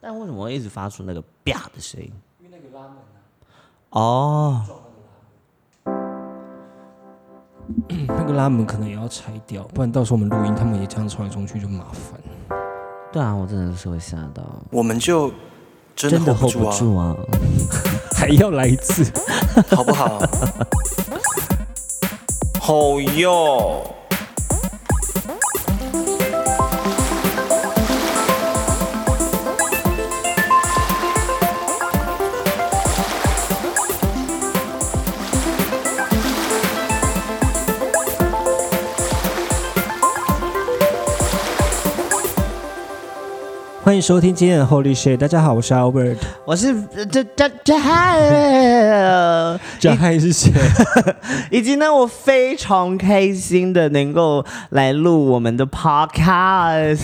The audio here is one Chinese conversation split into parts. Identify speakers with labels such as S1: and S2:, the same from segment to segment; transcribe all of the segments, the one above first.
S1: 但为什么会一直发出那个啪的声音？
S2: 因为那个拉门啊，
S1: 哦，
S2: 撞那个拉门，那个拉门可能也要拆掉，不然到时候我们录音，他们也这样冲来冲去就麻烦。
S1: 对啊，我真的是会吓到，
S3: 我们就真的
S1: hold
S3: hold 不住
S1: 不
S3: 啊，
S1: 住啊！
S2: 还要来一次，
S3: 好不 好？好哟，
S2: 欢迎收听今天的 Holy Shit，大家好，我是 Albert，
S1: 我是呃这这这嗨，
S2: 这还是谁？
S1: 以及呢，我非常开心的能够来录我们的 podcast。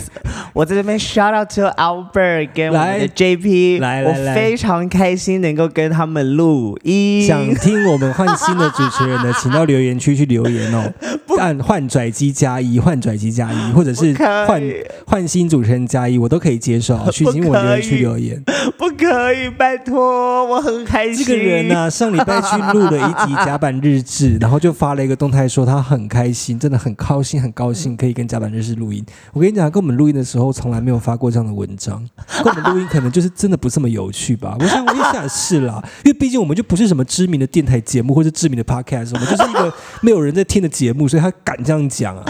S1: 我在这边 shout out to Albert 跟我们
S2: 来
S1: 的 JP，
S2: 来来
S1: 我
S2: 来
S1: 非常开心能够跟他们录音。
S2: 想听我们换新的主持人的，请到留言区去留言 哦。按换拽机加一，换拽机加一，或者是
S1: 不可以
S2: 换换新主持人加一，我都可以接 受。去
S1: 不
S2: 请我留言
S1: 可
S2: 区
S1: 以
S2: 留言。
S1: 不可以，拜托，我很开
S2: 这
S1: 心。
S2: 个人啊呢、上礼拜去录了一集甲板日志，然后就发了一个动态说他很开心，真的很高兴，很高兴可以跟甲板日志录音。我跟你讲，跟我们录音的时候从来没有发过这样的文章，跟我们录音可能就是真的不这么有趣吧。我想我也想是啦，因为毕竟我们就不是什么知名的电台节目或者知名的 podcast，我们就是一个没有人在听的节目，所以他敢这样讲啊。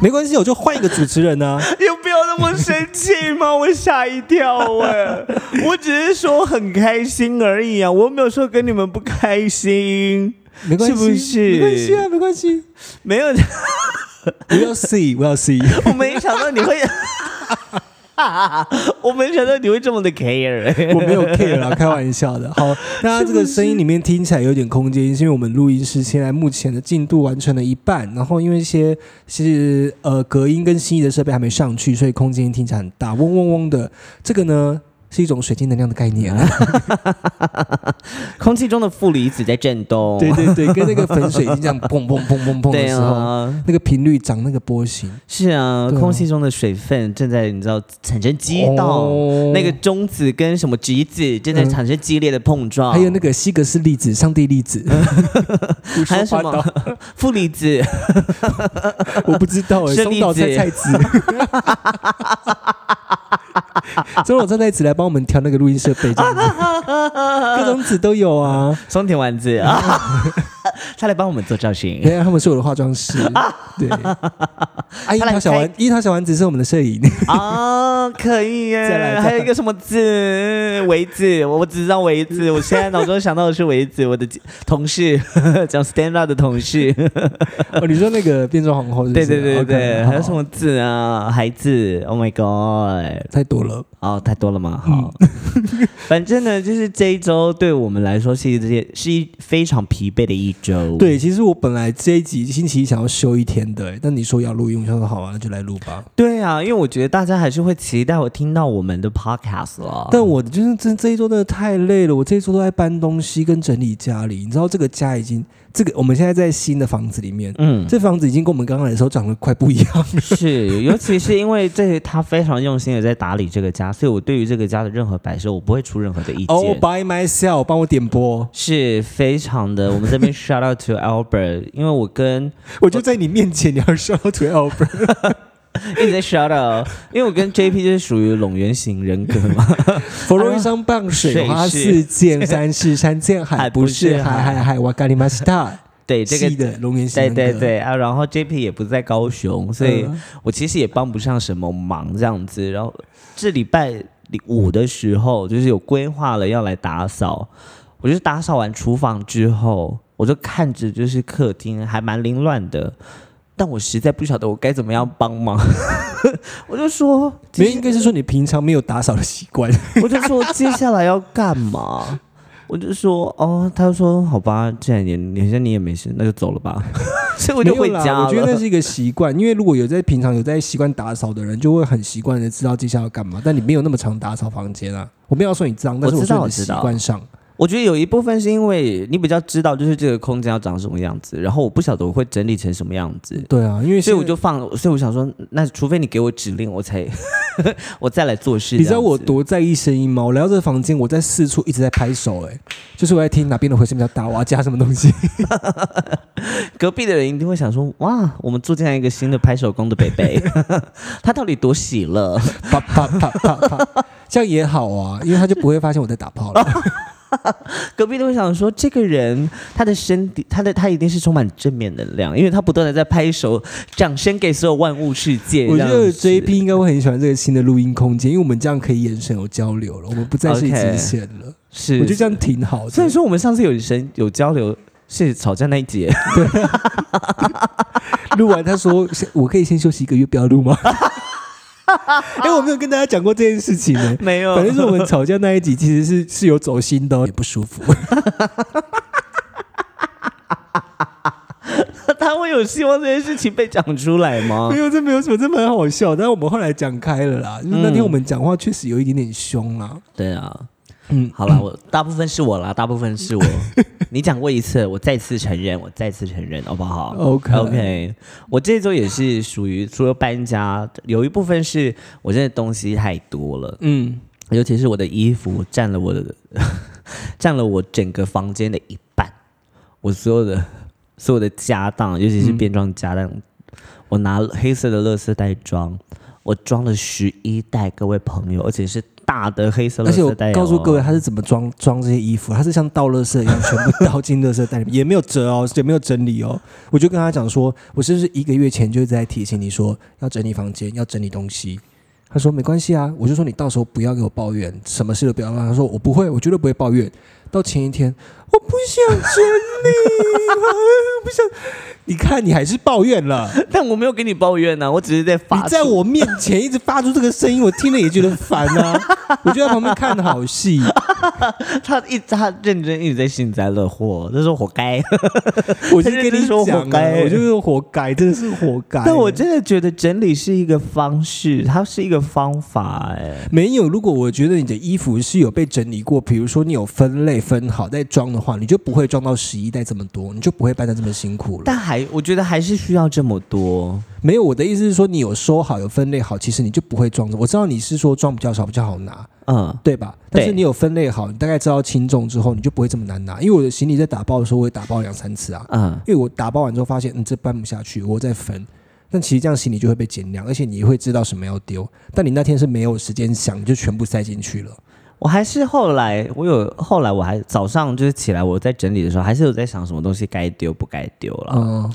S2: 没关系，我就换一个主持人啊。
S1: 有必要那么生气吗？我吓一跳 哎！我只是说很开心而已啊，我没有说跟你们不开心，
S2: 没关系，
S1: 是不是
S2: 没关系啊，没 关系。
S1: 没有。
S2: 我要 see，我要 see。
S1: 我没想到你会， 我没想到你会这么的 care。
S2: 我没有 care 啦，开玩笑的。 好，那这个声音里面听起来有点空间，是因为我们录音室现在目前的进度完成了一半，然后因为一些是呃隔音跟新意的设备还没上去，所以空间听起来很大，嗡嗡嗡的。这个呢是一种水晶能量的概念啊，
S1: 空气中的负离子在震动，啊
S2: 对对对，跟那个粉水晶这样砰砰砰砰砰的
S1: 对
S2: 时候，
S1: 啊，
S2: 那个频率长那个波形，
S1: 是啊，
S2: 对啊
S1: 空气中的水分正在你知道产生激荡，
S2: 哦
S1: 那个中子跟什么质子正在
S2: 嗯
S1: 产生激烈的碰撞，
S2: 还有那个希格斯粒子、上帝粒 子，胡说
S1: 还有什
S2: 八道
S1: 么负离子，
S2: 我不知道哎、
S1: 是
S2: 松岛
S1: 栗子
S2: 菜菜子， 松岛菜菜子来帮我们调那个录音设备，这样子 各种子都有啊。
S1: 松田丸 子， 他来帮我们做造型。
S2: 哎原来他们是我的化 妆师，对。啊，
S1: 哎
S2: 樱
S1: 来
S2: 桃小丸
S1: 开，
S2: 樱桃小丸子是我们的摄影，
S1: 啊，可以
S2: 再
S1: 耶！
S2: 来再来
S1: 还有一个什么字，维子，我我只知道维 子，我现在脑中想到的是维子，我的同事 讲 stand up 的同事，
S2: 哦，你说那个变装皇后是不
S1: 对
S2: 是？
S1: 对对
S2: OK，
S1: 对，
S2: 好
S1: 还有什么字啊？孩子，Oh my god！
S2: 太多了，
S1: 哦，太多了嘛，好， 反正呢，就是这一周对我们来说是一件是一非常疲惫的一周，
S2: 对，其实我本来这一集星期一想要休一天的、欸，但你说要录音，我想说好啊，那就来录吧。
S1: 对啊，因为我觉得大家还是会期待我听到我们的 podcast 了，
S2: 但我就是这这一周真的太累了，我这一周都在搬东西跟整理家里。你知道这个家已经，这个我们现在在新的房子里面，
S1: 嗯，
S2: 这房子已经跟我们刚来的时候长得快不一样了。
S1: 是，尤其是因为这他非常用心的在打理这个家，所以我对于这个家的任何摆设，我不会出任何的意见。
S2: Oh by myself，帮我点播，
S1: 是非常的，我们这边 shout out to Albert，因为我跟
S2: 我就在你面前，你要 shout out to Albert。
S1: 一直在 shout out，因为我跟 JP 就是属于拢圆型人格嘛，
S2: 佛罗伊山傍水
S1: 水
S2: 花
S1: 是
S2: 四溅，山是山见海，
S1: 海
S2: 不
S1: 不
S2: 是
S1: 是
S2: 海
S1: 海
S2: 海海。瓦咖喱马西塔，
S1: 对这
S2: 记
S1: 个。
S2: 得龙岩
S1: 对
S2: 山。
S1: 对对啊，然后 JP 也不在高雄，所以
S2: 嗯
S1: 我其实也帮不上什么忙这样子。然后这礼拜五的时候，就是有规划了要来打扫，我就是打扫完厨房之后，我就看着就是客厅还蛮凌乱的，但我实在不晓得我该怎么样帮忙，我就说，
S2: 没有应该是说你平常没有打扫的习惯。
S1: 我就说接下来要干嘛？我就说哦，他就说好吧，既然也好像你也没事，那就走了 吧。所以我就
S2: 没
S1: 回
S2: 有啦
S1: 家了。
S2: 我觉得那是一个习惯，因为如果有在平常有在习惯打扫的人，就会很习惯的知道接下来要干嘛。但你没有那么常打扫房间啊。我没有要说你脏，但是
S1: 我
S2: 我
S1: 知道
S2: 说你的
S1: 我知
S2: 习
S1: 道
S2: 惯上，
S1: 我觉得有一部分是因为你比较知道，就是这个空间要长什么样子，然后我不晓得我会整理成什么样子，
S2: 对啊，因为
S1: 所以我
S2: 现在
S1: 就放，所以我想说，那除非你给我指令，我才 我再来做事。
S2: 你知道
S1: 这样子
S2: 我多在意声音吗？我来到这个房间，我在四处一直在拍手、欸，哎，就是我在听哪边的回声比较大，我要加什么东西。
S1: 隔壁的人一定会想说，哇，我们做这样一个新的拍手工的北北， 他到底多喜乐？
S2: 啪啪啪啪啪，这样也好啊，因为他就不会发现我在打 炮了。
S1: 隔壁都会想说，这个人他的身体，他的他一定是充满正面能量，因为他不断的在拍手，掌声给所有万物世界。
S2: 我觉
S1: 这样
S2: 得
S1: 子
S2: JP 应该会很喜欢这个新的录音空间，因为我们这样可以眼神有交流了，我们不再是一
S1: OK
S2: 直线了。
S1: 是，
S2: 我觉得这样挺好
S1: 所以
S2: 的。
S1: 说我们上次有神有交流是吵架那一节，
S2: 录完他说：“我可以先休息一个月，不要录吗？” 哎、我没有跟大家讲过这件事情呢、
S1: 没有
S2: 反正是我们吵架那一集，其实是是有走心的哦、也不 舒服。
S1: 他会有希望这件事情被讲出来吗
S2: 没？有，这没有什么，这蛮好笑。但是我们后来讲开了啦，就是那天
S1: 嗯
S2: 我们讲话确实有一点点凶啦。
S1: 对啊，
S2: 嗯，
S1: 好啦，我大部分是我啦，大部分 是我。你讲过一次，我再次承认，我再次承认，好不好
S2: OK
S1: OK，我这周也是属于除了搬家，有一部分是我真的东西太多了，
S2: 嗯，
S1: 尤其是我的衣服占了我的占了我整个房间的一半，我所有的所有的家当，尤其是变装家当，我拿黑色的垃圾袋装，我装了十一袋，各位朋友，而且是大的黑色垃
S2: 而且我
S1: 圾袋、哦。
S2: 告诉各位，他是怎么装装这些衣服，他是像倒垃圾一样，全 部倒进垃圾袋里面，也没有折哦，也没有整理哦。我就跟他讲说，我是不是一个月前就在提醒你说要整理房间，要整理东西？他说没关系啊，我就说你到时候不要给我抱怨，什么事都不要让。他说我不会，我绝对不会抱怨。到前一天，我不想整理，我不想。你看，你还是抱怨了。
S1: 但我没有跟你抱怨啊呢、我只是在发
S2: 你
S1: 出。
S2: 在我面前一直发出这个声音，我听了也觉得烦啊！我就在旁边看好戏，
S1: 他一直他认真一直在幸灾乐祸，他说活 该。
S2: 我就跟
S1: 他
S2: 你
S1: 认真说活
S2: 讲
S1: 该
S2: 啊，我就是活该，真的是活该。欸
S1: 但我真的觉得整理是一个方式，它是一个方法、哎，
S2: 没有。如果我觉得你的衣服是有被整理过，比如说你有分类分好再装的话，你就不会装到十一袋这么多，你就不会搬的这么辛苦了。
S1: 但还我觉得还是需要这么多。
S2: 没有，我的意思是说，你有收好有分类好，其实你就不会装。我知道你是说装比较少比较好拿，
S1: 嗯，
S2: 对吧？但是
S1: 对
S2: 你有分类好，你大概知道轻重之后，你就不会这么难拿。因为我的行李在打包的时候，我也打包两三次啊。
S1: 嗯，
S2: 因为我打包完之后发现，嗯，这搬不下去，我再分。但其实这样行李就会被减量，而且你会知道什么要丢。但你那天是没有时间想，你就全部塞进去了。
S1: 我还是后来，我有后来我还早上就是起来我在整理的时候，还是有在想什么东西该丢不该丢了。
S2: 嗯，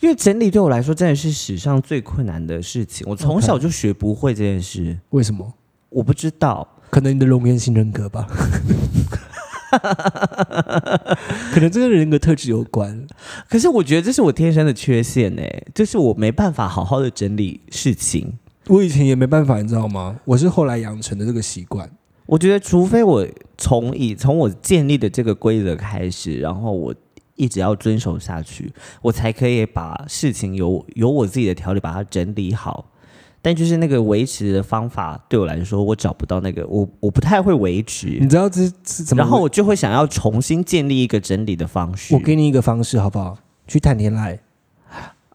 S1: 因为整理对我来说真的是史上最困难的事情，我从小就学不会这件事，
S2: 为什么？
S1: 我不知道。
S2: 可能你的容颜型人格吧，可能这跟人格特质有关。
S1: 可是我觉得这是我天生的缺陷哎、就是我没办法好好的整理事情。
S2: 我以前也没办法，你知道吗？我是后来养成的这个习惯。
S1: 我觉得除非我从以从我建立的这个规则开始，然后我一直要遵守下去，我才可以把事情有有我自己的条理把它整理好。但就是那个维持的方法对我来说，我找不到那个，我我不太会维持
S2: 你，知道这是怎么？
S1: 然后我就会想要重新建立一个整理的方式。
S2: 我给你一个方式好不好？去谈恋爱。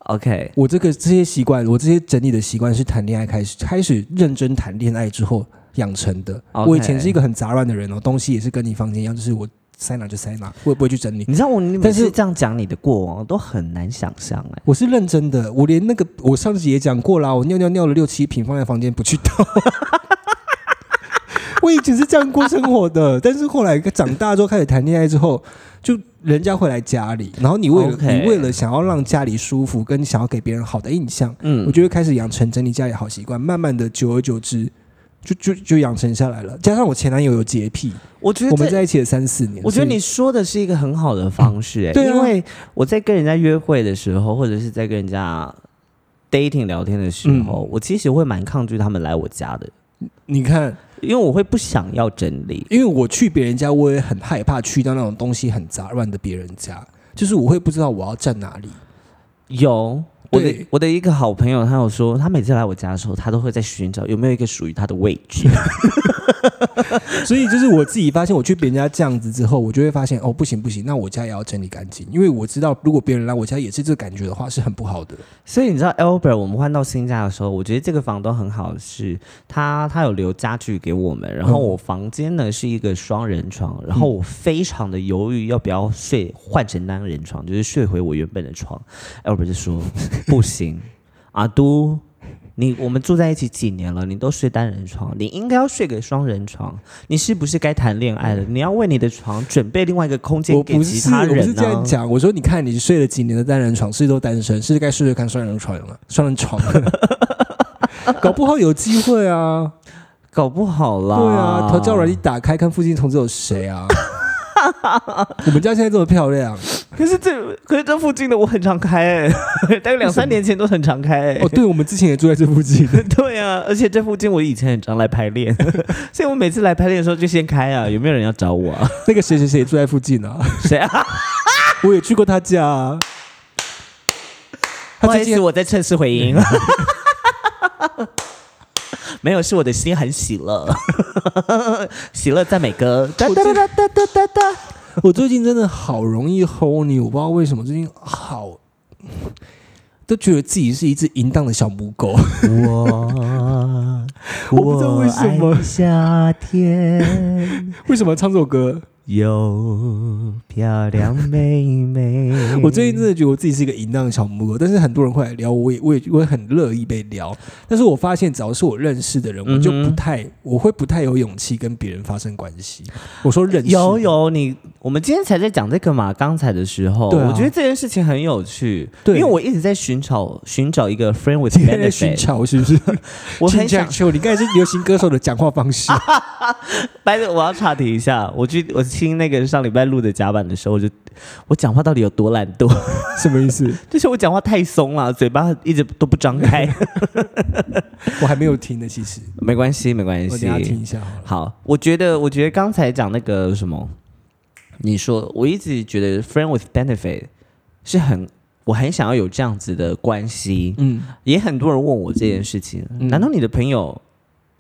S1: OK，
S2: 我这个这些习惯，我这些整理的习惯是谈恋爱开始，开始认真谈恋爱之后养成的。
S1: OK
S2: 我以前是一个很杂乱的人哦，东西也是跟你房间一样，就是我塞哪就塞哪，我也不会去整理。
S1: 你知道我你每
S2: 但是
S1: 次这样讲你的过往，我都很难想象哎、
S2: 我是认真的，我连那个我上次也讲过啦，我尿尿尿了六七瓶放在房间不去倒。 我以前是这样过生 活的，但是后来长大之后开始谈恋爱之后，就人家会来家里，然后你为了
S1: OK
S2: 你为了想要让家里舒服，跟想要给别人好的印象，
S1: 嗯
S2: 我就会开始养成整理家里好习惯，慢慢的，久而久之，就就就养成下来了。加上我前男友有洁癖，
S1: 我觉得
S2: 我们
S1: 这
S2: 在一起了三四年，
S1: 我觉得
S2: 所以
S1: 你说的是一个很好的方式、欸，
S2: 对啊
S1: 因为我在跟人家约会的时候，或者是在跟人家 dating 聊天的时候，我其实会蛮抗拒他们来我家的，
S2: 你看，
S1: 因为我会不想要整理。
S2: 因为我去别人家，我也很害怕去到那种东西很杂乱的别人家，就是我会不知道我要站哪里。
S1: 有，我的
S2: 对
S1: 我的一个好朋友，他有说，他每次来我家的时候，他都会在寻找有没有一个属于他的位置。
S2: 所以就是我自己发现，我去别人家这样子之后，我就会发现哦，不行不行，那我家也要整理干净，因为我知道如果别人来我家也是这个感觉的话，是很不好的。
S1: 所以你知道，Albert，我们换到新家的时候，我觉得这个房东很好的是，他他有留家具给我们，然后
S2: 嗯
S1: 我房间呢是一个双人床，然后我非常的犹豫要不要睡换成单人床，就是睡回我原本的床。Albert 就 说不行，阿都。你我们住在一起几年了，你都睡单人床，你应该要睡个双人床。你是不是该谈恋爱了？你要为你的床准备另外一个空间
S2: 嗯我
S1: 给
S2: 不
S1: 其
S2: 是
S1: 他
S2: 我不
S1: 人、啊、
S2: 是这样讲，我说你看你睡了几年的单人床，是不是都单身，是不是该睡睡看双人床了，双人床了， 搞不好有机会啊。
S1: 搞不好啦。
S2: 对啊，调教软一打开，看附近同志有谁 啊？我们家现在这么漂亮
S1: 可是这可是这附近的我很常开、欸， 大概两三年前都很常 开、欸。
S2: 哦，对，我们之前也住在这 附近。
S1: 对啊，而且这附近我以前很常来排练， 所以我每次来排练的时候就先开啊，有没有人要找我啊？
S2: 那个谁谁谁也住在附近啊，
S1: 谁啊？
S2: 我也去过他家、啊。
S1: 不
S2: 他
S1: 好
S2: 最
S1: 意思，
S2: 近
S1: 我在测试回 音。没有，是我的心很喜乐， 喜乐赞美歌。哒哒哒哒哒哒哒。
S2: 我最近真的好容易齁你，我不知道为什么最近好，都觉得自己是一只淫荡的小母狗。
S1: 我
S2: 我不知道为什么
S1: 我爱夏天
S2: 为什么唱这首歌？。
S1: 有漂亮妹妹
S2: 我最近真的觉得我自己是一个淫荡的小母狗，但是很多人会来聊，我也我也我也很乐意被聊。但是我发现，只要是我认识的人，我就
S1: 嗯
S2: 不
S1: 哼
S2: 太，我会不太有勇气跟别人发生关系。我说认识
S1: 有，有你，我们今天才在讲这个嘛，刚才的时候，
S2: 对啊
S1: 我觉得这件事情很有趣，
S2: 对
S1: 因为我一直在寻找寻找一个 friend with
S2: 今天在寻
S1: benefit，
S2: 找是不是？
S1: 我很想
S2: 求你，刚才是流行歌手的讲话方式。
S1: 白的，我要岔题一下，我去我听那个上礼拜录的甲板的时候，我就我讲话到底有多懒惰，
S2: 什么意思？
S1: 就是我讲话太松了，嘴巴一直都不张开，
S2: 我还没有听呢，其实
S1: 没关系，没关
S2: 我等一下听
S1: 系，
S2: 一下好了。
S1: 好，我觉得我觉得刚才讲那个什么，你说我一直觉得 friend with benefit 是很。我很想要有这样子的关系，
S2: 嗯，
S1: 也很多人问我这件事情，
S2: 嗯
S1: 难道你的朋友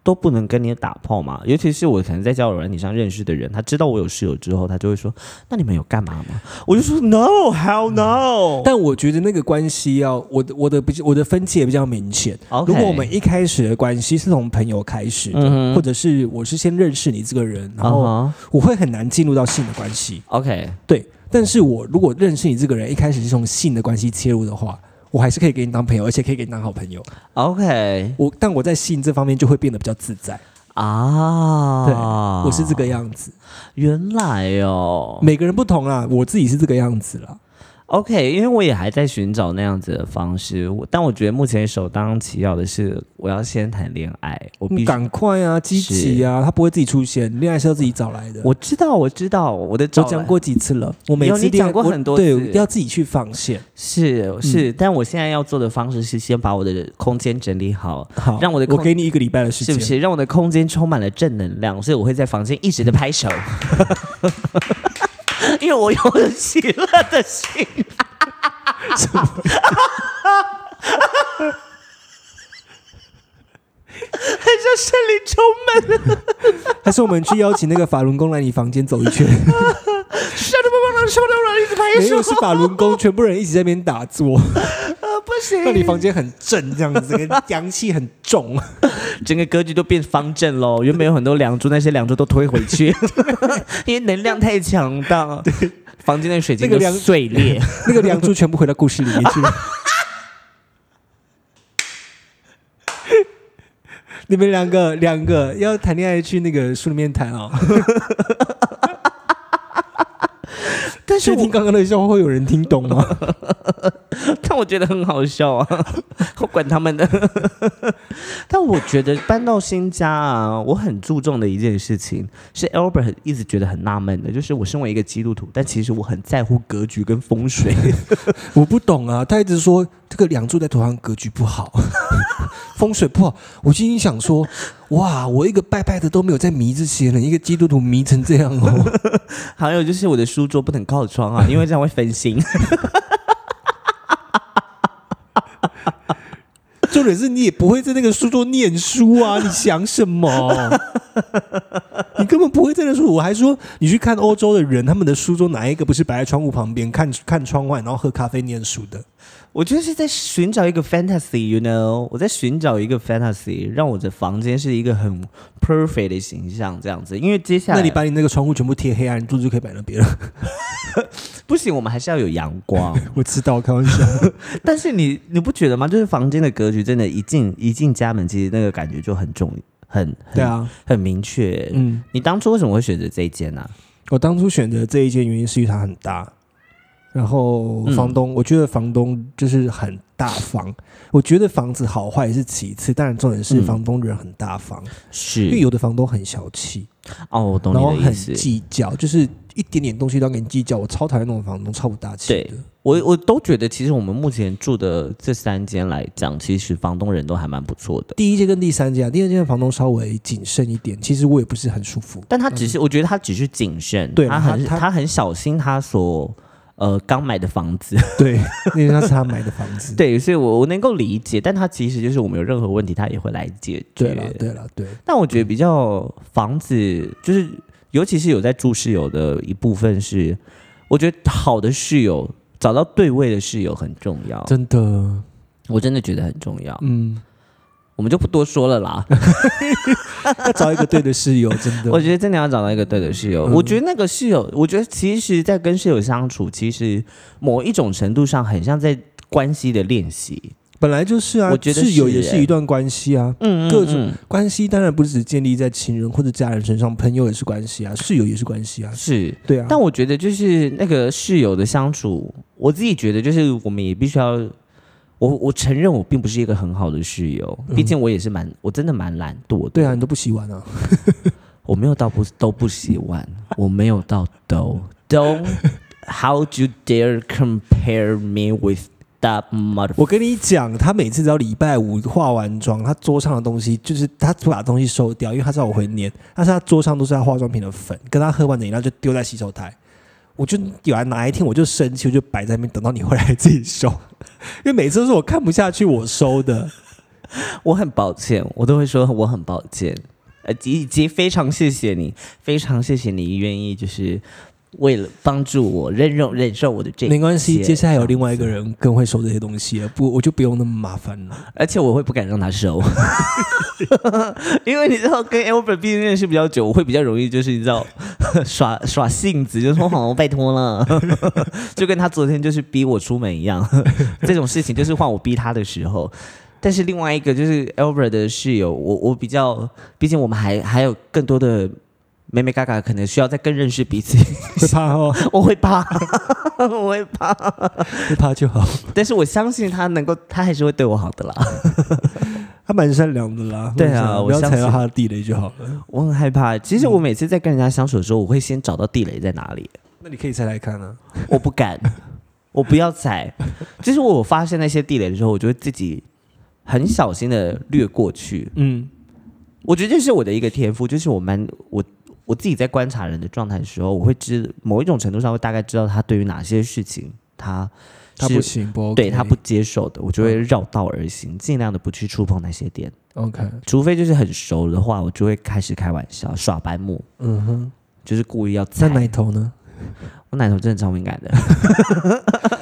S1: 都不能跟你打炮吗？尤其是我可能在交友软体上认识的人，他知道我有室友之后，他就会说：“那你们有干嘛吗？”我就说：“No，How no？”
S2: 但我觉得那个关系要我的我的比较我的分界比较明显。
S1: OK
S2: 如果我们一开始的关系是从朋友开始的，
S1: 嗯哼
S2: 或者是我是先认识你这个人，然后
S1: 啊哈
S2: 我会很难进入到性的关系。
S1: OK，
S2: 对，但是我如果认识你这个人，一开始是从性的关系切入的话，我还是可以给你当朋友，而且可以给你当好朋
S1: 嗯
S2: 友。
S1: OK
S2: 我但我在性这方面就会变得比较自在。
S1: 啊，
S2: 对，我是这个样子。
S1: 原来哦
S2: 每个人不同啦，我自己是这个样子啦。
S1: ，OK，因为我也还在寻找那样子的方式，我但我觉得目前首当其要的是，我要先谈恋爱，我必
S2: 你
S1: 须
S2: 赶快啊，积极啊，他不会自己出现，恋爱是要自己找来的。
S1: 我知道，我知道，我的
S2: 我
S1: 找
S2: 讲过几次了，我每
S1: 有
S2: 次
S1: 你
S2: 恋爱
S1: 讲过
S2: 我
S1: 很多次
S2: 对，要自己去放线。
S1: 是是，但我现在要做的方式是先把我的空间整理好，
S2: 好，
S1: 让我的
S2: 我
S1: 空
S2: 给你一个礼拜的
S1: 是
S2: 时间，
S1: 不是？让我的空间充满了正能量，所以我会在房间一直的拍手， 因为我有喜乐的心。很像森林充满了，
S2: 还是我们去邀请那个法轮功来你房间走一 圈？
S1: 什么不能，什么不能，一直拍
S2: 没有，
S1: 手
S2: 是法轮功，全部人一直在那边 打坐，
S1: 啊，不行，
S2: 让你房间很正，这样子，整个阳气很重。
S1: 整个格局都变方正喽。原本有很多梁柱，那些梁柱都推回去， 因为能量太强大，房间的水晶
S2: 那
S1: 都
S2: 个梁
S1: 碎裂。
S2: 那个梁柱全部回到故事里面去了。 你们两个两个要谈恋爱去那个书里面谈 哦。
S1: 但是
S2: 去
S1: 我
S2: 听刚刚的笑话会有人听懂吗？
S1: 但我觉得很好笑 啊，我管他们的。但我觉得搬到新家啊，我很注重的一件事情是 Albert 很一直觉得很纳闷的，就是我身为一个基督徒，但其实我很在乎格局跟风水。
S2: 我不懂啊，他一直说这个梁柱在头上格局不好， 风水不好。我心里想说，哇，我一个拜拜的都没有在迷这些呢，一个基督徒迷成这样哦。
S1: 还有就是我的书桌不能靠窗啊，因为这样会分心。
S2: 重点是你也不会在那个书桌念书啊，你想什么？ 你根本不会在那书。我还说你去看欧洲的人，他们的书桌哪一个不是摆在窗户旁边，看看窗外，然后喝咖啡念书的？
S1: 我就是在寻找一个 fantasy，you know，我在寻找一个 fantasy，让我的房间是一个很 perfect 的形象这样子。因为接下来
S2: 那你把你那个窗户全部贴黑暗，桌子就可以摆那边了。
S1: 不行，我们还是要有阳光。
S2: 我知道，开玩笑。
S1: 但是你你不觉得吗？就是房间的格局真的，一进一进家门，其实那个感觉就很重，很
S2: 对 啊，
S1: 很明确。
S2: 嗯，
S1: 你当初为什么会选择这一间啊呢、
S2: 我当初选择这一间原因是因为它很大，然后
S1: 嗯
S2: 房东，我觉得房东就是很大方。我觉得房子好坏是其次，当然重点是
S1: 嗯
S2: 房东人很大方，因为
S1: 是
S2: 有的房东很小气，
S1: 哦，我懂
S2: 然后
S1: 你的
S2: 很
S1: 意思。
S2: 计较，就是一点点东西都要跟你计较。我超讨厌那种房东，超不大气
S1: 对
S2: 的。
S1: 我我都觉得，其实我们目前住的这三间来讲，其实房东人都还蛮不错的。
S2: 第一间跟第三间、啊，第二间的房东稍微谨慎一点，其实我也不是很舒服。
S1: 但他只是，我觉得他只是谨慎，
S2: 嗯对
S1: 他
S2: 他
S1: 很
S2: 他
S1: 他很小心他所呃刚买的房子，
S2: 对，那那是他买的房子。
S1: 对，所以我我能够理解，但他其实就是我们有任何问题，他也会来解决。
S2: 对了，对了，对，
S1: 但我觉得比较房子就是，尤其是有在住室友的一部分是，我觉得好的室友找到对位的室友很重要，
S2: 真的，
S1: 我真的觉得很重要。
S2: 嗯，
S1: 我们就不多说了啦。
S2: 要找一个对的室友，真的。
S1: 我觉得真的要找到一个对的室友。
S2: 嗯
S1: 我觉得那个室友，我觉得其实，在跟室友相处，其实某一种程度上很像在关系的练习。
S2: 本来就是啊，
S1: 我觉得
S2: 室友
S1: 是
S2: 也
S1: 欸
S2: 是一段关系啊。
S1: 嗯
S2: 各种
S1: 嗯
S2: 关系当然不只建立在情人或者家人身上，朋友也是关系啊，室友也是关系啊
S1: 嗯。是。
S2: 对啊，
S1: 但我觉得就是那个室友的相处，我自己觉得就是我们也必须要，我我承认我并不是一个很好的室友，
S2: 嗯
S1: 毕竟我也是蛮，我真的蛮懒惰的。
S2: 对啊，你都不洗碗啊？
S1: 我没有到不都不洗碗，我没有到都 don't how do you dare compare me with that mother？
S2: 我跟你讲，他每次只要礼拜五化完妆，他桌上的东西就是他把东西收掉，因为他知道我会念，但是他桌上都是他化妆品的粉，跟他喝完的饮料就丢在洗手台。我就有啊，哪一天我就生气，我就摆在那边，等到你回来自己收，因为每次都是我看不下去我收的。
S1: 我很抱歉，我都会说我很抱歉，呃，以及非常谢谢你，非常谢谢你愿意就是为了帮助我忍受忍受我的这一
S2: 没关系，
S1: 切
S2: 接下来有另外一个人更会收这些东西了，不，我就不用那么麻烦了。
S1: 而且我会不敢让他收， 因为你知道跟 Albert 毕竟认识比较久，我会比较容易就是你知道 耍耍性子，就说好拜托了， 就跟他昨天就是逼我出门一样， 这种事情就是换我逼他的时候。但是另外一个就是 Albert 的室友，我我比较，毕竟我们还还有更多的美美嘎嘎，可能需要再更认识彼此。
S2: 会怕哦，
S1: 我会怕， 我会怕，
S2: 会怕就好。
S1: 但是我相信他能够，他还是会对我好的啦。
S2: 他蛮善良的啦，
S1: 对啊
S2: 不
S1: 我
S2: 要
S1: 相
S2: 踩到
S1: 信
S2: 他的地雷就好了。
S1: 我很害怕。其实我
S2: 嗯
S1: 每次在跟人家相处的时候，我会先找到地雷在哪里，
S2: 那你可以猜猜看啊，
S1: 我不敢，我不要踩。就是我有发现那些地雷的时候，我就会自己很小心的掠过去。
S2: 嗯，
S1: 我觉得这是我的一个天赋，就是我蛮我我自己在观察人的状态的时候，我会知某一种程度上会大概知道他对于哪些事情他
S2: 他
S1: 是
S2: 不行，不 OK，嗯
S1: 对他不接受的，我就会绕道而行，尽量的不去触碰那些点。
S2: OK，
S1: 除非就是很熟的话，我就会开始开玩笑耍白目，
S2: 嗯哼，
S1: 就是故意要
S2: 那
S1: 踩。
S2: 奶头 呢？
S1: 我奶头真的超敏感 的。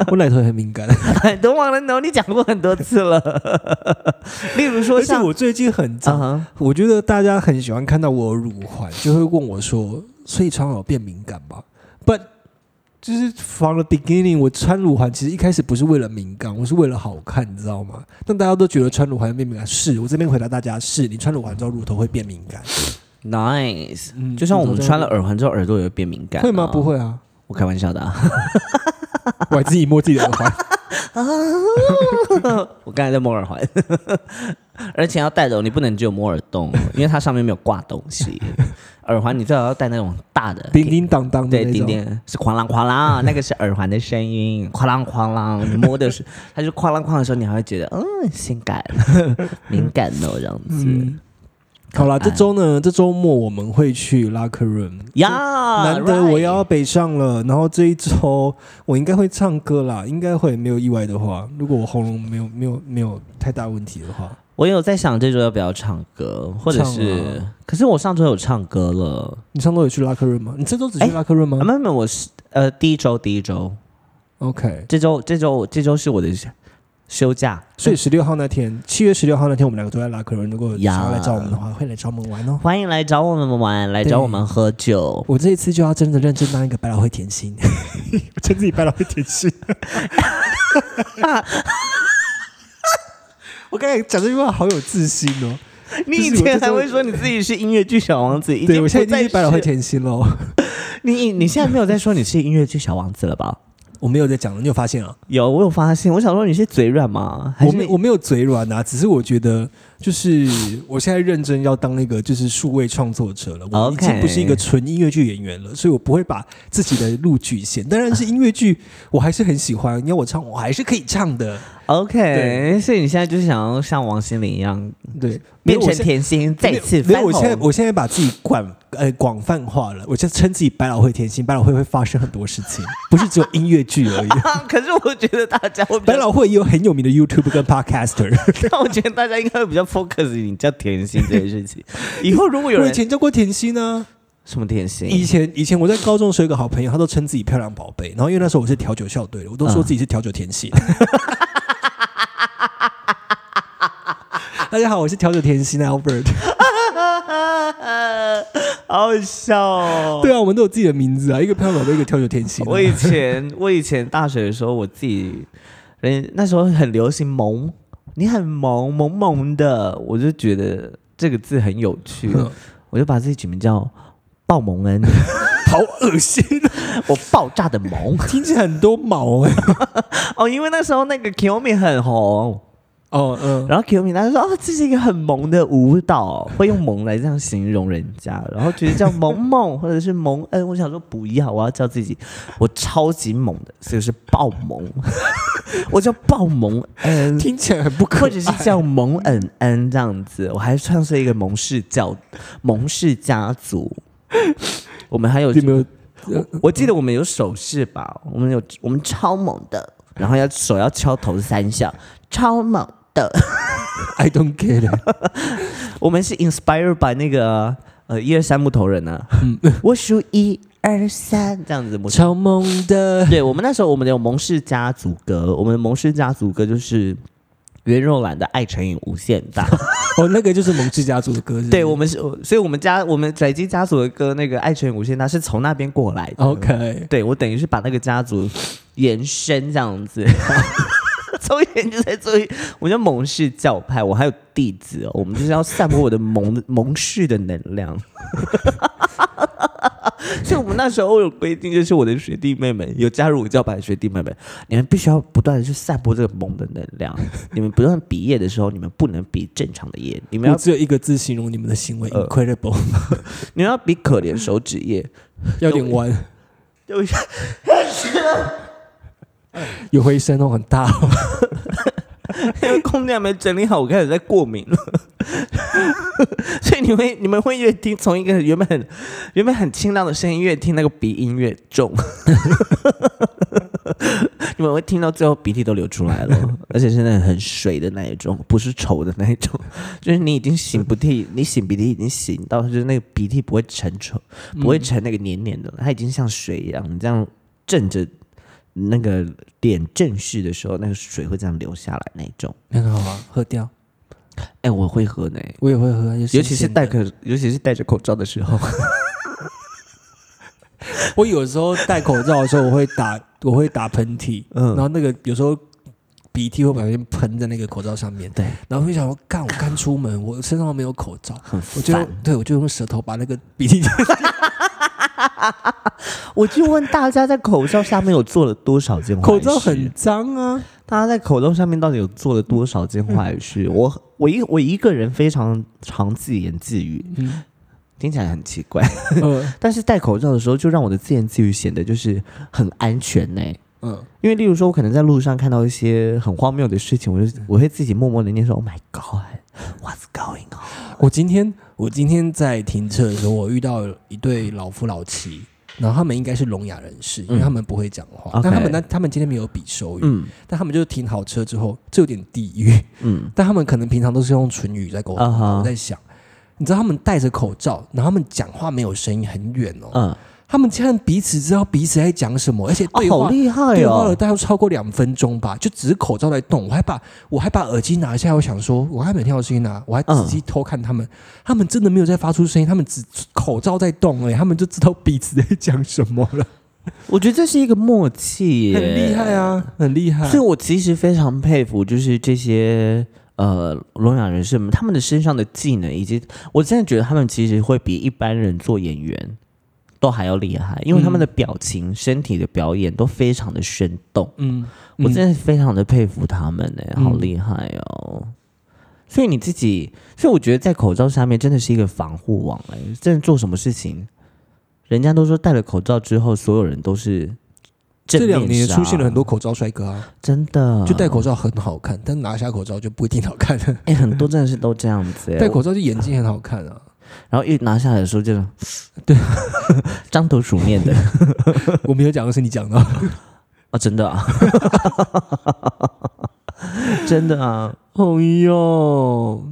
S2: 我奶头也很敏 感，
S1: 都忘了 no，你讲过很多次了。 例如说
S2: 而且
S1: 像，
S2: 我最近很
S1: 啊
S2: 脏，
S1: 哈，
S2: 我觉得大家很喜欢看到我有乳环，就会问我说，所以穿好变敏感吧？But 就是 from the beginning，我穿乳环其实一开始不是为了敏感，我是为了好看，你知道吗？但大家都觉得穿乳环变敏感，是我这边回答大家是，你穿乳环之后乳头会变敏感，
S1: nice。
S2: 嗯
S1: 就像我们穿了
S2: 耳
S1: 耳环之后，耳朵也会变敏感、
S2: 会吗？不，会啊，
S1: 我开玩笑的、啊。
S2: 我还自己摸自己的耳环，
S1: 我刚才在摸耳环， 而且要戴的哦，你不能只有摸耳洞，哦因为它上面没有挂东 西。耳环你最好要戴那种大的，
S2: 叮叮当当 的
S1: 对，
S2: 那
S1: 叮
S2: 种。
S1: 叮是哐啷哐啷，那个是耳环的声音，哐啷哐啷，你摸的是，它 哦是哐啷哐啷的时候，你还会觉得嗯性感、敏感的这样子。
S2: 好啦，
S3: 可爱
S2: 这周呢，这周末我们会去 locker room。
S3: 呀，
S2: 难得我
S3: 啊 right
S2: 要北上了，然后这一周我应该会唱歌啦，应该会没有意外的话，如果我喉咙没有没有没有太大问题的话，
S3: 我有在想这周要不要唱歌，或者
S2: 唱
S3: 是，可是我上周有唱歌了，
S2: 你上周有去 locker room 吗？你这周只去
S3: 哎
S2: locker room 吗
S3: 啊，没有没有，我是呃第一周第一周，
S2: ？OK，
S3: 这周这周这周是我的休假，
S2: 所以十六号那天，七月十六号那天，我们两个都在拉客人。如果
S3: 呀
S2: 想要来找我们的话，会来找我们玩哦。
S3: 欢迎来找我们玩，来找我们喝酒。
S2: 我这一次就要真的认真当一个百老汇甜 心，我称自己百老汇甜心。 我刚才讲这句话好有自信哦。
S3: 你
S2: 就是
S3: 以
S2: 我
S3: 前
S2: 这
S3: 还
S2: 周
S3: 会说你自己是音乐剧小王子，已
S2: 对，
S3: 经
S2: 我
S3: 不
S2: 现在
S3: 再
S2: 已经是百老汇甜心喽。
S3: 你你现在没有在说你是音乐剧小王子了吧？
S2: 我没有在讲了，你有发现啊？
S3: 有，我有发现，我想说你是嘴软吗？还
S2: 我
S3: 是
S2: 没
S3: 你
S2: 我没有嘴软啊，只是我觉得就是我现在认真要当那个就是数位创作者了，我已
S3: OK
S2: 经不是一个纯音乐剧演员了，所以我不会把自己的路局限。当然是音乐剧，我还是很喜欢，你要我唱，我还是可以唱的。
S3: OK？所以你现在就是想要像王心凌一样
S2: 对，没
S3: 变
S2: 有我
S3: 成
S2: 现在
S3: 甜心，再次
S2: 没有，
S3: 翻
S2: 我现在
S3: 红。
S2: 我现在把自己广呃广泛化了，我就称自己百老汇甜心，百老汇会发生很多事情， 不是只有音乐剧 而已。
S3: 可是我觉得大家会比
S2: 百
S3: 较，
S2: 老汇也有很有名的 YouTube 跟 Podcaster。
S3: 但我觉得大家应该会比较 focus 你叫甜心这件事情。 以后如果有
S2: 我以
S3: 人
S2: 前叫过甜心呢、
S3: 什么甜
S2: 以
S3: 心，
S2: 前以前我在高中的时候有一个好朋友，他都称自己漂亮宝贝，然后因为那时候我是调酒校队的，我都说自己是调酒甜心。
S3: 嗯
S2: 大家好，我是调酒甜心 Albert。
S3: 好好笑 哦。
S2: 对啊，我们都有自己的名字啊，一个漂亮宝贝，一个调酒甜心、啊。
S3: 我以前我以前大学的时候，我自己人那时候很流行萌，你很萌萌萌的，我就觉得这个字很有趣，我就把自己取名叫爆萌恩，
S2: 好恶心、啊，
S3: 我爆炸的萌
S2: 听起来很多毛哎、
S3: 哦，因为那时候那个 Kimi 很红，
S2: 哦嗯，
S3: 然后 Kimi 他就说哦，这是一个很萌的舞蹈， 会用萌来这样形容人家，然后觉得叫萌萌或者是萌恩，我想说不要，我要叫自己我超级猛的，所以是爆萌， 我叫爆萌恩。
S2: 听起来很不可
S3: 或者是叫蒙恩恩这样子，我还创设一个蒙氏教蒙氏家族。我们还有
S2: 有没有？
S3: 我记得我们有手势吧，我们有我们超猛的，然后要手要敲头三下，超猛的。
S2: I don't get it。
S3: 我们是 inspired by 那个呃一二三木头人呢、啊， 我数一二三这样子模式。
S2: 超萌的，
S3: 对我们那时候我们有蒙氏家族歌，我们的蒙氏家族歌就是袁若兰的《爱乘以无限大》。
S2: 哦，那个就是蒙氏家族的歌是不是，
S3: 对，我们是，所以我们家我们宅基家族的歌，那个《爱情无限大》是从那边过来的。
S2: OK。
S3: 对我等于是把那个家族延伸这样子， 从以前就在做一，我叫蒙氏教派，我还有弟子哦，我们就是要散播我的蒙 蒙氏的能量。 所以我们那时候有规定，就是我的学弟妹们有加入我教派的学弟妹们，你们必须要不断的去散播这个蒙的能量。 你们不断毕业的时候，你们不能比正常的业，你们
S2: 我
S3: 要
S2: 只有一个字形容你们的行为、i
S3: 呃
S2: n c r e d i b l e
S3: 你要比可怜手指业，
S2: 要点弯，
S3: 对不起，
S2: 有回声哦，很大、哦。
S3: 因为空调没整理好，我开始在过敏了。 所以你会你们会越听从一个原本很原本很清亮的声音，越听那个鼻音越重， 你们会听到最后鼻涕都流出来了，而且是那种很水的那一种，不是稠的那一种，就是你已经擤鼻涕，你擤鼻涕已经擤到就是那个鼻涕不会成稠，不会成那个黏黏的了，它已经像水一样，你这样正着那个脸正视的时候，那个水会这样流下来那种。
S2: 很好啊，喝掉。
S3: 哎、我会喝呢，
S2: 我也会喝，也
S3: 尤其
S2: 新
S3: 是
S2: 鲜的
S3: 戴口，尤其是戴着口罩的时候。
S2: 我有时候戴口罩的时候，我会打，我会打喷嚏，
S3: 嗯
S2: 然后那个有时候鼻涕会不小心喷在那个口罩上面，
S3: 对，
S2: 然后会想说，干，我刚出门，我身上没有口罩，
S3: 很
S2: 我就
S3: 烦。
S2: 对我就用舌头把那个鼻涕，
S3: 我就问大家，在口罩下面有做了多少件坏事？
S2: 口罩很，脏啊，
S3: 大家在口罩上面到底有做了多少件坏事？我我一我一个人非常常自言自语，
S2: 嗯，
S3: 听起来很奇怪，
S2: 呃
S3: 但是戴口罩的时候，就让我的自言自语显得就是很安全呢、
S2: 嗯，
S3: 因为例如说，我可能在路上看到一些很荒嗯谬的事情，我就我会自己默默的念说 “Oh my God, what's going on？”
S2: 我今天我今天在停车的时候，我遇到一对老夫老妻，然后他们应该是聋哑人士，因为
S1: 嗯
S2: 他们不会讲话。
S1: OK
S2: 但他们那他们今天没有比手语，
S1: 嗯
S2: 但他们就停好车之后，这有点地狱。
S1: 嗯，
S2: 但他们可能平常都是用唇语在沟通。
S1: 啊哈
S2: 我在想，你知道他们戴着口罩，然后他们讲话没有声音，很远哦。
S1: 嗯，
S2: 他们竟然彼此知道彼此在讲什么，而且
S1: 哦，
S2: 对话、
S1: 好厉害
S2: 对话了
S1: 哦，
S2: 大概超过两分钟吧，就只是口罩在动，我还把我还把耳机拿下来，我想说，我还没有听到声音呢、我还仔细偷看他们，他们真的没有在发出声音，他们只口罩在动而已，他们就知道彼此在讲什么了，
S1: 我觉得这是一个默契，
S2: 很厉害。啊，很厉害
S1: 所以，。我其实非常佩服，就是这些呃聋哑人士们，他们的身上的技能，以及我真的觉得他们其实会比一般人做演员都还要厉害，因为他们的
S3: 嗯
S1: 表情、身体的表演都非常的生动，
S2: 嗯，
S1: 我
S2: 嗯
S1: 真的非常的佩服他们呢、
S2: 嗯
S1: 好厉害哦！所以你自己，所以我觉得在口罩下面真的是一个防护网哎、真的做什么事情，人家都说戴了口罩之后，所有人都是。
S2: 这两年出现了很多，口罩帅哥啊，
S1: 真
S3: 嗯
S1: 的
S2: 就戴口罩很好看，但拿下口罩就不一定好看了。
S1: 哎、很多真的是都这样子、欸。
S2: 戴
S1: 我
S2: 口罩就眼睛很好看啊，
S1: 然后一拿下来的时候就是，对， 张头鼠面的
S2: 我没有讲的是你讲的，哦
S1: 啊，真的 啊，真的啊，
S2: 哦哟，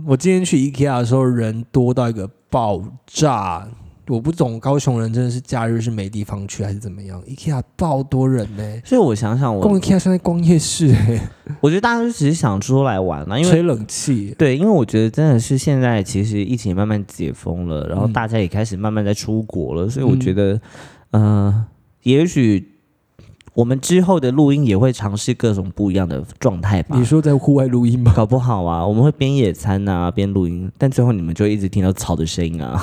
S2: 我今天去 IKEA 的时候人多到一个爆炸，我不懂高雄人真的是假日是没地方去还是怎么样？IKEA 爆多人呢、
S1: 所以我想想我，
S2: 逛
S1: 我
S2: IKEA 像在逛夜市、欸，
S1: 觉得大家就只是想出来玩啦、因为
S2: 吹冷气。
S1: 对，因为我觉得真的是现在其实疫情慢慢解封了，然后
S2: 嗯
S1: 大家也开始慢慢在出国了，所以我
S2: 嗯
S1: 觉得，呃，也许。我们之后的录音也会尝试各种不一样的状态吧
S2: 你。说在户外录音吗？
S1: 搞不好啊，我们会边野餐啊边录音，但最后你们就一直听到草的声音啊，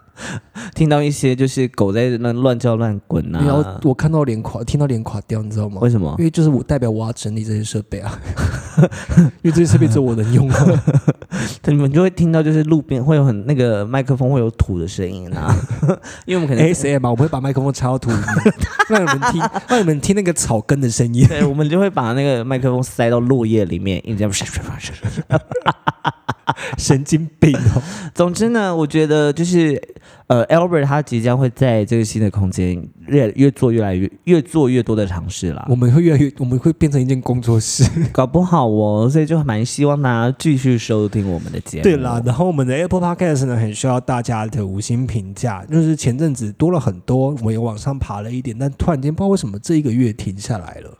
S1: 听到一些就是狗在那乱叫乱滚
S2: 然后
S1: 啊。
S2: 我看到脸垮，听到脸垮掉，你知道吗？
S1: 为什么
S2: 因？为就是我代表我要整理这些设备啊， 因为这些设备只有我能用 啊。
S1: 你们就会听到就是路边会有很那个麦克风会有土的声音哎啊， 因为我们可 能
S2: ASM 啊嘛，我不会把麦克风插到土里 面，让你们听，让你们听那个草根的声音。
S1: 对，我们就会把那个麦克风塞到落叶里面，一直这样
S2: 神经病哦！
S1: 总之呢，我觉得就是呃，Albert 他即将会在这个新的空间越越做越来越越做越多的尝试啦。
S2: 我们会越来越，我们啊会变成一间工作室。
S1: 搞不好哦，所以就蛮希望大家继续收听我们的节目。
S2: 对啦，然后我们的 Apple Podcast 呢，很需要大家的五星评价。就是前阵子多了很多，我们也往上爬了一点，但突然间不知道为什么这一个月停下来了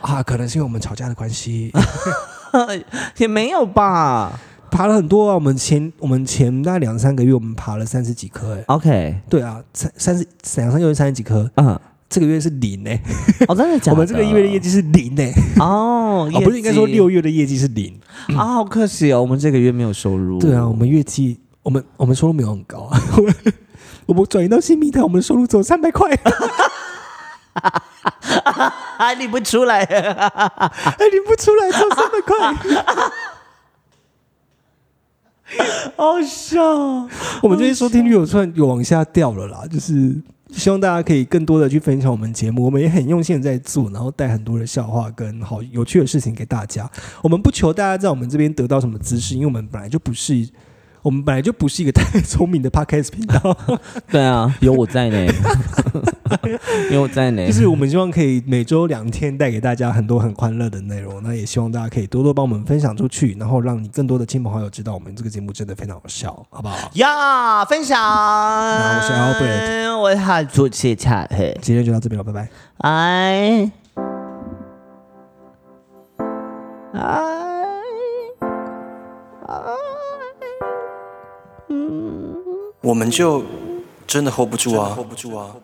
S2: 啊，可能是因为我们吵架的关系，
S1: 也没有吧
S2: 爬了很多啊。我们前我们前那两三个月，我们爬了三十几颗、哎，
S1: ？OK，
S2: 对啊，三三十两三个月三十几颗，
S1: 嗯，
S2: 这个月是零哎、
S1: 哦，真的假的？
S2: 我们这个月的业绩是零哎、
S1: 哦，
S2: 哦，不是应该说
S1: 业
S2: 六月的业绩是零。
S1: 绩啊，好可惜哦，我们这个月没有收入。
S2: 对啊，我们业绩，我们我们收入没有很高啊， 我们转移到新平台，我们收入只有三百块， 哎，
S1: 啊，你不出来，
S2: 你哎不出来，只有三百块，
S1: 好笑哦。
S2: 我们这些收听率有算有往下掉了啦，就是。希望大家可以更多的去分享我们节目，我们也很用心的在做，然后带很多的笑话跟好有趣的事情给大家。我们不求大家在我们这边得到什么知识，因为我们本来就不是，我们本来就不是一个太聪明的 podcast 频道。
S1: 对啊，有我在 呢，有我在呢
S2: 就。是我们希望可以每周两天带给大家很多很欢乐的内容，那也希望大家可以多多帮我们分享出去，然后让你更多的亲朋好友知道我们这个节目真的非常好笑，好不好？
S1: 呀，分享。那
S2: 我是 Albert
S1: 我是主持恰黑，
S2: 今天就到这边了，拜拜。
S1: 哎，哎，哎。
S3: 我们就真的 hold 不住啊，hold 不住啊。